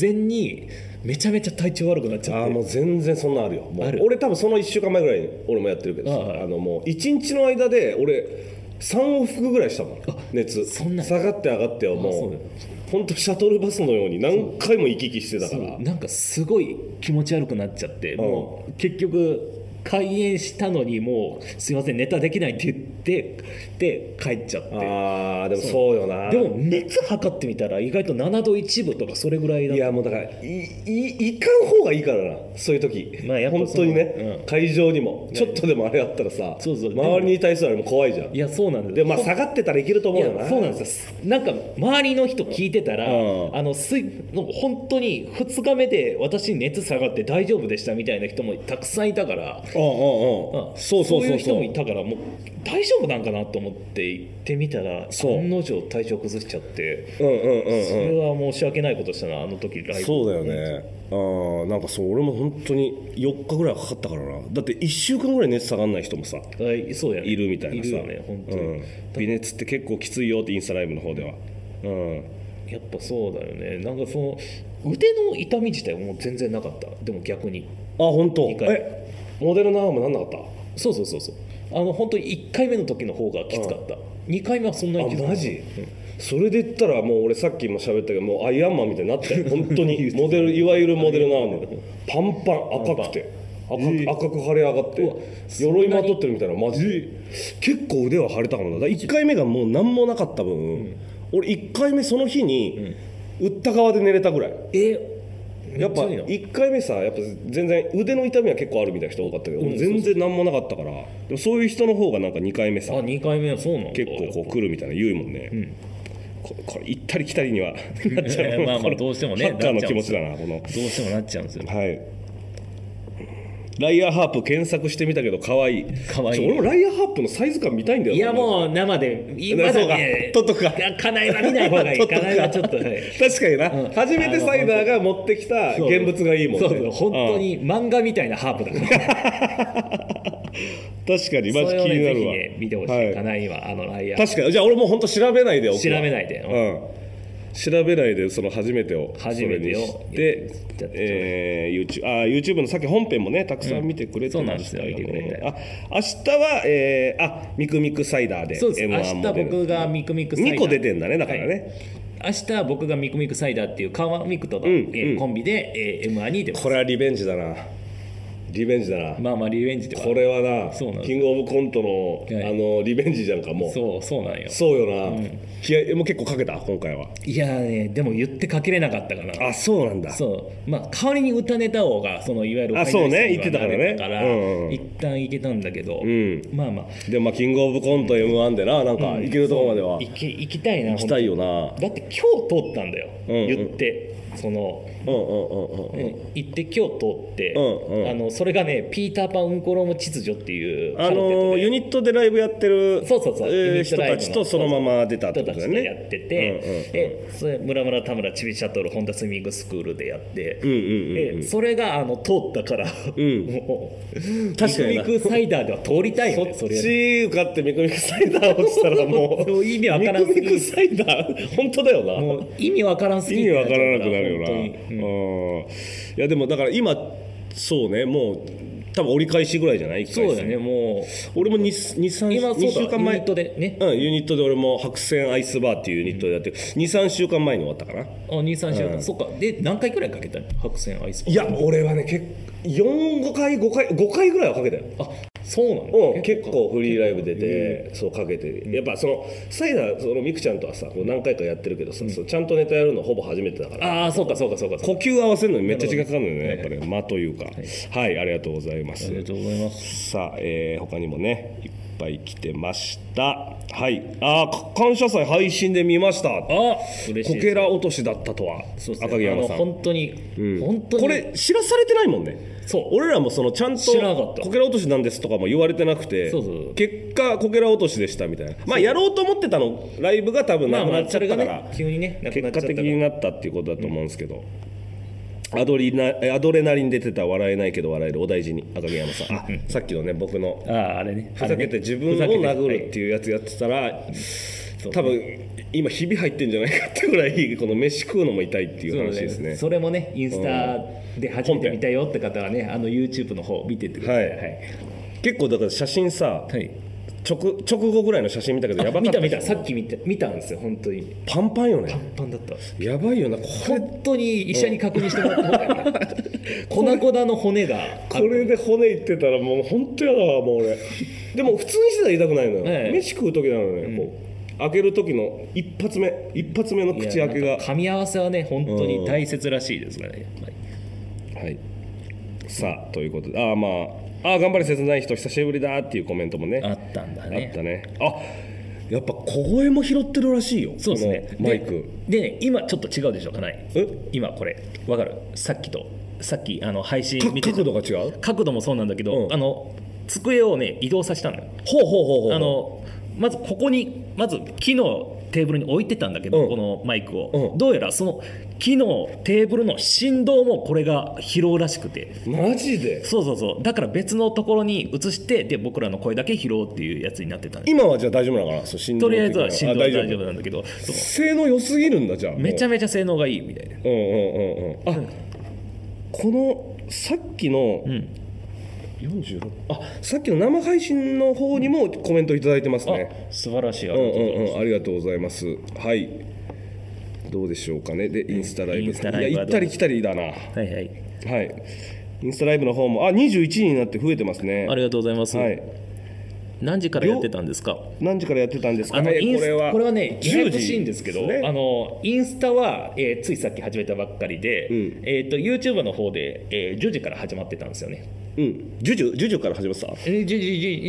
前にめちゃめちゃ体調悪くなっちゃ
あ
っ
ーも
て
う全然そんなんあるよ、もう
ある
俺、多分その1週間前ぐらいに俺もやってるけど
あ
さ、
ー
あのもう1日の間で俺、3往復ぐらいしたもん、熱、
そんな
下がって上がってよ、
そう
も
だよ
う、本当、シャトルバスのように何回も行き来してたから。
なんかすごい気持ち悪くなっちゃってもう結局開演したのにもうすいませんネタできないって言ってで帰っちゃって
ああでもそうよな
でも熱測ってみたら意外と7度1分とかそれぐらいだ
い
った
やもうだからいいいかん方がいいからなそういう時、
まあやっぱ
本当にね、
うん
会場にもちょっとでもあれあったらさ
そうそう
周りに対するあれも怖いじゃん
いやそうなんです
でもまあ下がってたらいけると思
いうや
よな
そうなんですよなんか周りの人聞いてたら、
うん
あのすいなんか本当に2日目で私熱下がって大丈夫でしたみたいな人もたくさんいたから、
うんうんうんそうそうそう
いう人もいたからもう大丈夫なんかなと思って行ってみたら
そう
案の定体調崩しちゃって
うんうんう
そ
んうん
れは申し訳ないことしたなあの時ライブ
そうだよね、ああなんかそう俺も本当に4日ぐらいかかったからなだって1週間ぐらい熱下がんない人もさ
あそうやね
いるみたいなさ
いるよね本当に、
うん微熱って結構きついよってインスタライブの方ではうん
やっぱそうだよねなんかその腕の痛み自体はもう全然なかったでも逆に
あ本当
いいかい
えモデルのアームなんなかった
そうそうそうそうあの本当に1回目の時の方がきつかった、二2回目はそんなにきつ
あ
かった
マジ、それで言ったらもう俺さっきも喋ったけどもうアイアンマンみたいになっ たよ本当にモデルいわゆるモデルのアームパンパン赤くて赤く,、赤く腫れ上がっ
うわ
て鎧まとってるみたいなマジで結構腕は腫れたかもなだ1回目がもう何もなかった分、俺1回目その日に打った側で寝れたぐらい
え
やっぱ
めちゃいいな
1回目さやっぱ全然腕の痛みは結構あるみたいな人多かったけど、
うん
全然何もなかったからでもそういう人の方がなんか2回目さ
あ2回目はそうなんだ
結構こう来るみたいな言うもんね、ここれ行ったり来たり にはなっちゃう、
まあまあどうしてもね
ハッカ
な
ーの
っちゃ
気
うん
持
です
ちだなこの
どうしてもなっちゃうんですよ
はいライアーハープ検索してみたけど可愛い
可愛い
ちょ俺もライアーハープのサイズ感見たいんだよ
いや
う
もう生で今
そう
だ
か
ね
撮っとくか
かなえは見ない方がいいかなえはちょっ とはい
確かにな、
うん
初めてサイダーが持ってきた現物がいいもんね
そうそう本当に漫画みたいなハープだから
うん確かにマジ 気
それをねぜ
になる
ひ
わ、
ね見てほしい、
はい
かなえはあのライアー
確かにじゃあ俺もう本当調べないでおくわ
調べないで
うん、調べないでその初めてをそ
初め
れに
てを
して
やっちゃって
えー YouTube, あー YouTube のさっき本編もねたくさん見てくれて
そうなん
ま
で
し
す
た
よ
よ、ね
見てくれて
あ明日は、えー、あミクミクサイダーで
そうです
M1
明日僕がミクミクサイダー
2個出てんだねだからね、
はい明日僕がミクミクサイダーっていう川ミクとの、
ん
えー
うん
コンビで、えー、M−1 に出ます
これはリベンジだなリベンジだな、
まあまあリベンジでは
これはな
そうなんです
キングオブコントの、
はい
あのリベンジじゃんかもう
そうそうなんよ
そうよな、気合もう結構かけた今回はい
やーねでも言ってかけれなかったかな
あそうなんだ
そうまあ代わりに歌ネタ王がそのいわゆる
あそうね
ファイナリストが
言ってたからね
慣れた
うんうん
一旦いけたんだけど、
ん
まあまあ
でもまあキングオブコント m 1でななんかいけるところまでは
行き行きたいな
行きたいよな
本当だって今日通ったんだよ、
うんうん
言ってその、
うんうんうんうん
うん行って今日通って、
うんうん
あのそれがね「ピーター・パン・ウンコローム秩序」っていう
あのーユ
ニッ
ニットでライブやってる
そうそうそう
えー
ユニッ
人
トライブ
た
の
ちとそのまま出たって
人
こ
た
と
ち
だ
と
よね
やってて、でそれ村村田村ちびシャトルホンダスイミングスクールでやって、
うんうんうんうん
でそれがあの通ったから、
ん
もう
確かにな
ミクミクサイダーでは通りたいよね
そ
そ
っ
れ
ち受かってミクミクサイダー落ちた らも
も
う
う意味わからんす
ミ
ぎ
ク
る
ミクサイダー本当だよな
もう意味わからんすぎ
意味
て
わからなくなるよな、
本当にうん
うん、いやでもだから今そうねもう多分折り返しぐらいじゃない
そうだよねも
俺も23
う
週
今そうだ
間前
ユニットでね
うん、ユニットで俺も白線アイスバーっていうユニットでやってる、23週間前に終わったかな
あ23週、
うん
そっかで何回くらいかけたの白線アイスバー
いや俺はね結45回5回5回ぐらいはかけたよ
あそうなの、
うん、結構フリーライブ出てそうかけてやっぱそのサイダーそのミクちゃんとはさこう何回かやってるけどさ、そうちゃんとネタやるのほぼ初めてだから
ああそうかそうかそうかそうか
呼吸合わせるのにめっちゃ時間かかるのよねやっぱり間というかはい、ありがとうございます
ありがとうございます
さあ、えー他にもねいっぱい来てましたはいあーか感謝祭配信で見ました
あ嬉し
こ
い
けら落としだったとは、
そうです
赤
ね
城山さ
あ
ん
の本当に、
うん
本当に
これ知らされてないもんね
そう
俺らもそのちゃんと
知らなかった
こけら落としなんですとかも言われてなくて
そうそう
結果こけら落としでしたみたいなまあやろうと思ってたのライブが多分
ま
な
あ
く
ま
な
あ
っちゃ
そ
った
れが
から、
ね急にねなくな
結
っちゃ
果
ったから
的になったっていうことだと思うんですけど、アドリナアドレナリン出てた笑えないけど笑えるお大事に赤城山さんあさっきのね僕の
あああれね
ふざけて自分を殴るっていうやつやってたら、多分今ひび入ってんじゃないかってぐらいこの飯食うのも痛いっていう話ですね
それもねインスタで初めて見たよって方はね、あの YouTube の方見てってください
はい結構だから写真さ
はい、
直直後ぐらいの写真見たけどやばかった
見た見
で
た
しょ
さっき見た見たんですよ本当に
パンパンよ
パン
ね
パンだった
やばいよなこれ
本当に医者に確認してもらった方がいいな 粉々の骨が
これで骨いってたらもう本当やだわもう俺でも普通にしてたら痛くないのよ、
ええ
飯食う時なのね、こう開ける時の一発目一発目の 口開け
いやな
が
んか噛み合わせはね本当に大切らしいですからねやっぱり
はいさあということでああまあああ頑張れ切ない人久しぶりだっていうコメントもね
あったんだね
あったねあやっぱ小声も拾ってるらしいよ
そうですね
このマイク
ででね今ちょっと違うでしょかなり
え
今これわかるさっきとさっきあの配信
か
見てた
角度が違う
角度もそうなんだけど、
うん
あの机をね移動させたのよ
ほうほうほうほう
あのまずここにまず木のテーブルに置いてたんだけど、
うん
このマイクを、
うん
どうやらその木のテーブルの振動もこれが拾うらしくて
マジで
そうそうそうだから別のところに移してで僕らの声だけ拾うっていうやつになってたね
今はじゃあ大丈夫なのかなそう振動
と
的
りあ
な
えずは振動は
あ
大丈夫なんだけどそう
性能良すぎるんだじゃあ
めちゃ
め
めちゃ性能がいいみたいな
うんうんうんうんあこのさっきの、
ん
46あさっきの生配信の方にもコメントいただいてますね
あ素晴らしいあ
うん
りがとうございます
うんうん、ありがとうございます。はい。どうでしょうかね。で、インスタライブ。
インスタライブ
いや、
は
行っ
ど
た
うで
り来たりだな。は
はいはい、
い。インスタライブの方も、あ、21人になって増えてますね。
ありがとうございます、
はい。
何時からやってたんですか
何時からやってたんですか
あの
ね。
インス
これは。
これはね、やや
10
こし
時
いんですけど、
ね
あのインスタは、えーついさっき始めたばっかりで、
ん
えっ、と YouTube の方で、えー10時から始まってたんですよね。
うん。ジュジュ、ジュジュから始まってた。
えー10時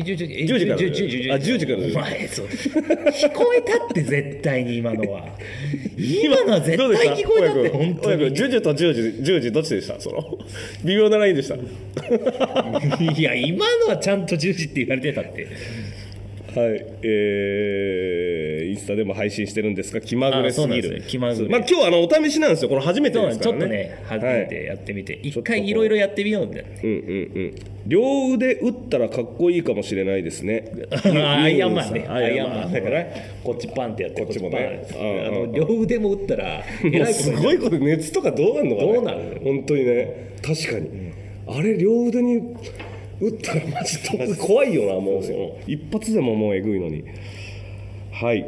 10時10
10時から
10時
あ10時から
お前そう聞こえたって絶対に今のは。 今のは絶
どうで
対
した
聞こえたって
小籔
本当
小籔ジュジュとジュジュ、ジュジュどっちでしたその、 微妙なラインでした。
に。いや今のはちゃんと10時って言われてたって。
はい、えーインスタでも配信してるんですが気まぐれす
あそうな
ぎ
んです
る
ね気まぐれ
まあ、今日あのお試しなんですよこれ初めて
そうなん
で
ですす
か
ちょ
ら
っとね初
は
め
い
てやってみて、一回いろいろやってみようみたいな。
うんうんうん両腕打ったらかっこいいかもしれないで すね
アイアンマンね。
アイアンマン
だから、こっちパンってやって、
こっちも
パン
ね
あ
うんうん
の両腕も打 ったら、えらいこと
す
に
ごいこと熱とかどうなんのかね
どうなる
本当にね確かに、あれ両腕に打ったらマジと怖いよなもうその一発でももうえぐいのにはい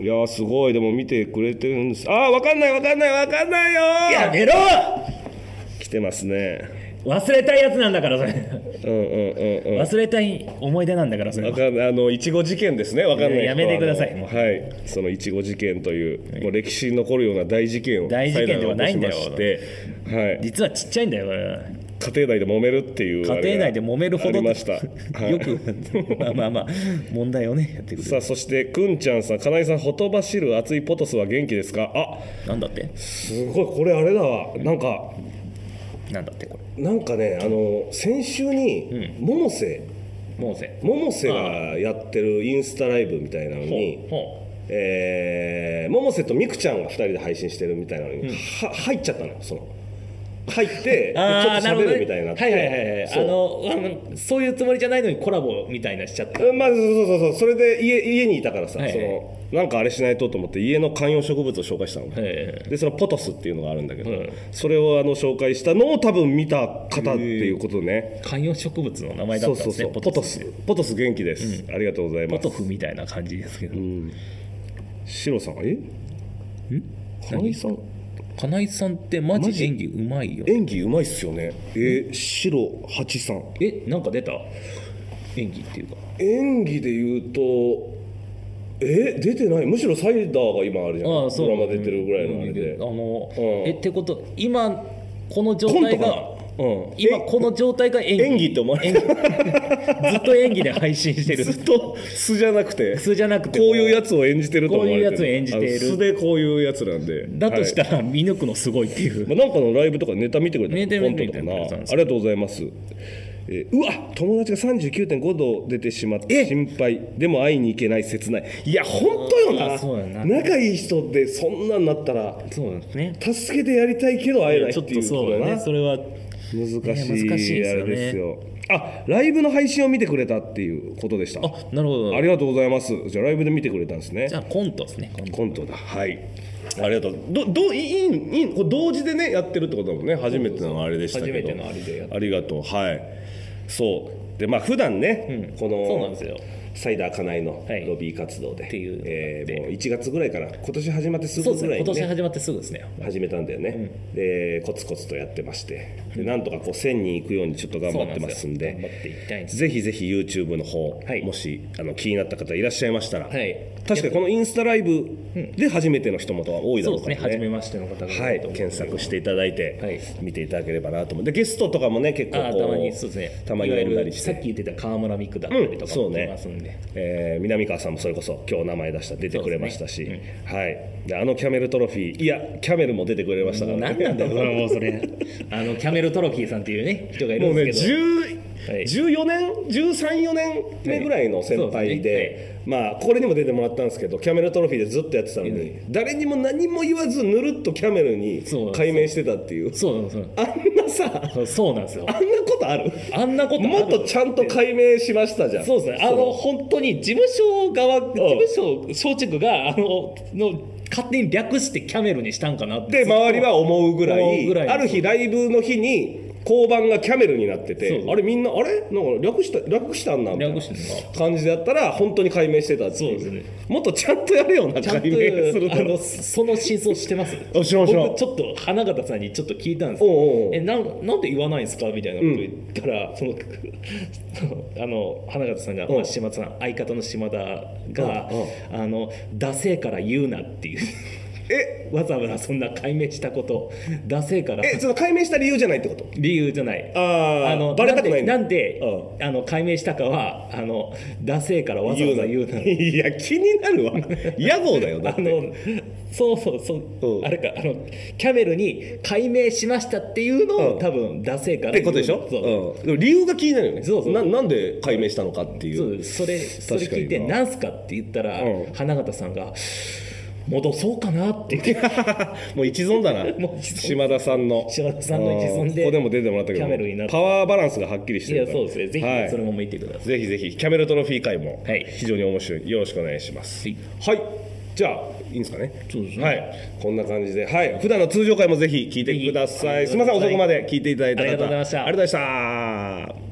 いやーすごいでも見てくれてるんですああわかんないわかんないわかんないよー
やめろ
来てますね
忘れたいやつなんだから、それ。
うんうんうんうん
忘れたい思い出なんだから、それ
わ
は。
かんないあのいちご事件ですねわかんない人はい
ややめてくださいもう
はいそのいちご事件という、もう歴史に残るような大事件を
大事件ではないんだよ
裁判で起こしましてはい
実はちっちゃいんだよ、これは
家庭内で揉めるっていうあれが
家庭内で揉めるほど。
あり ました
よく、まあまあまあ、問題をね、やってくれる。
さあそしてくんちゃんさん金井さんほとばしる熱いポトスは元気ですかあ
なんだって
すごいこれあれだわなんか
なんだって、こ
なんかねあの先週に百瀬
れ。もうぜ。
百瀬がやってるインスタライブみたいなのに
ほう
えー、百瀬とみくちゃんが2人で配信してるみたいなのに、は入っちゃったのよその入ってでち ょ
あー
っと
なるほ
喋
どね
るみたいになって
はいはいはいはいあ
そう
のあのそういうつもりじゃないのにコラボみたいなしちゃった
まあ、そうそうそうそれで家家にいたからさ、
はいはい
そのなんかあれしないとと思って家の観葉植物を紹介したの、
え
でそのポトスっていうのがあるんだけど、
うん
それをあの紹介したのを多分見た方っていうことでね、
観葉植物の名前だ
そ
っ
う
たんで
そう
す
そ
ね
うポトスポトス元気です、ありがとうござい
ポ
ます
トフみたいな感じですけど、
シロさんえ金井さん
金井さんってマジ演技うまいよ
演技うまいっすよねえー、シロ八さん
えなんか出た演技っていうか
演技で言うとえ出てないむしろサイダーが今あるじゃんドラマ出てるぐらいのあれで、
うんあの、
うん
えってこと今この状
コン
態
トかな
が、
うん、
今
え
この状態が演技
演技って思われ
演技 ずっと演技で配信してる
ずっ と素じゃなくて
素じゃなくて
こういうやつを演じてると思われてる
こういうやつを演じてる
あの素でこういうやつなんで
だとした
はい
ら見抜くのすごいっていう、
まあ、なんかのライブとかネタ見てくれた
ネタ
コ
見
ン
て
ト
く
と
れ
か
た
なあ
そうです
りがとうございますえーうわ友達が39.5度出てしまって心配でも会いに行けない切ないいや本当よ
あそうや
な
な
仲いい人でそんなんなったら
そうですね
助けてやりたいけど会えないっ
ちょって
い
と
うこ
そう
と
だ
だ
ね
な
それは
難しい
ね難しいです
あれ
よね
ですよあライブの配信を見てくれたっていうことでした
あなるほど
ありがとうございますじゃあライブで見てくれたんですね
じゃあコントですねコント
コントだはいありがとうどどいいいいいこれ同時でねやってるってことだもんね初めてのあれでしたけど
初めてのあれでやっ
ありがとうはいそうでまあ普段ね、この
そうなんですよ
サイダーかなえの
はい
ロビー活動で、
っていうのがあ
え
って
ーもう1月ぐらいから今年始まってす
そうで
ぐ
す
ぐら
ね
いに
今
ね、
年始まってすぐですね
始めたんだよね、でコツコツとやってましてでなんとかこう1000人いくようにちょっと頑張ってますんで
そうなんですよ頑張っていきたいんです
ぜひぜひ YouTube の方、
はい
もしあの気になった方いらっしゃいましたら、
はい
確かにこのインスタライブで初めての人もとは多いだ
そ
ろ
う
う
で
か
すね
ら
初め
ね
ましての方が
はい、検索していただいて、
はい
見ていただければなと思ってゲストとかもね結構
あー
こう
たまにそうですね
たまに
いわゆ
呼んだ
る
りし
さ
て
っき言ってた河村美久だったりとか
うんそう
も
ね
来ますんで、
えー南川さんもそれこそ今日名前出した出てくれましたし、
そう
はい、であのキャメルトロフィーいやキャメルも出てくれましたか
もう
ら、
何なんだよそれもうそれ あのキャメルトロフィーさんっていうね人がいる
もうんね
ですけど
10
はい
14年134年目ぐらいの先輩で、まあこれにも出てもらったんですけどキャメルトロフィーでずっとやってたのに、誰にも何も言わずぬるっとキャメルに
そうなんです
改名してたっていう
そうそう
あんなさ
そうそうなんですよ
あんなことある
あんなことある
もっとちゃんと解明しましたじゃん
そうですねあの本当に事務所側事務所松竹があのの勝手に略してキャメルにしたんかなって
で周りは思うぐら
思
いう
ぐらい
ある日ライブの日に交番がキャメルになって
そう
て
そう
あれみんなあれなんか略した略したんなみたいな
略してんの
感じだったら本当に解明してたっていう
そうですね
もっとちゃんとやれよな
ちゃん
解
と
明する
あ
の
のその真相知ってます
あ知らん知らん
僕ちょっと花形さんにちょっと聞いたんです
おうおう
えなんなんで言わないんですかみたいなこと言ったら、その そのあの花形さんが、
うん
まあ、島田さん相方の島田が
う
あの惰性から言うなっていう
え
わざわざそんな解明したこと惰性から
えその解明した理由じゃないってこと
理由じゃない
あー
の
バレたくないんだ
んでなんであの解明したかはあの惰性からわざわざ言うな
いや気になるわ野号だよだっ
あ
て
のそうそうそう、
うん
あれかあのキャメルに改名しましたっていうのを、
うん
多分惰性から
ってことでしょ
そう、
うん、でも理由が気になるよね
そうそう
ななんで解明したのかってい
そう
う
ですそれそれ
確かに
聞いて
な
なんすかって言ったら、
うん
花形さんが戻そうかなって言って
もう一存だな
もう一存
島田さんの
島田さんの一存で
あーここでも出てもらったけど
キャメルになった
パワーバランスがはっきりし
い
てる
や
から
そうですねぜひ、
はい
それも見てください
ぜひぜひキャメルトロフィー会も
はい
非常に面白いよろしくお願いします
はい
じゃあいいんですかね
そうですね
はいこんな感じではい普段の通常会もぜひ聞いてくださ
ぜ
い
ひ
すみません遅くまで聞いていただいた方
ありがとうございました
ありがとうございました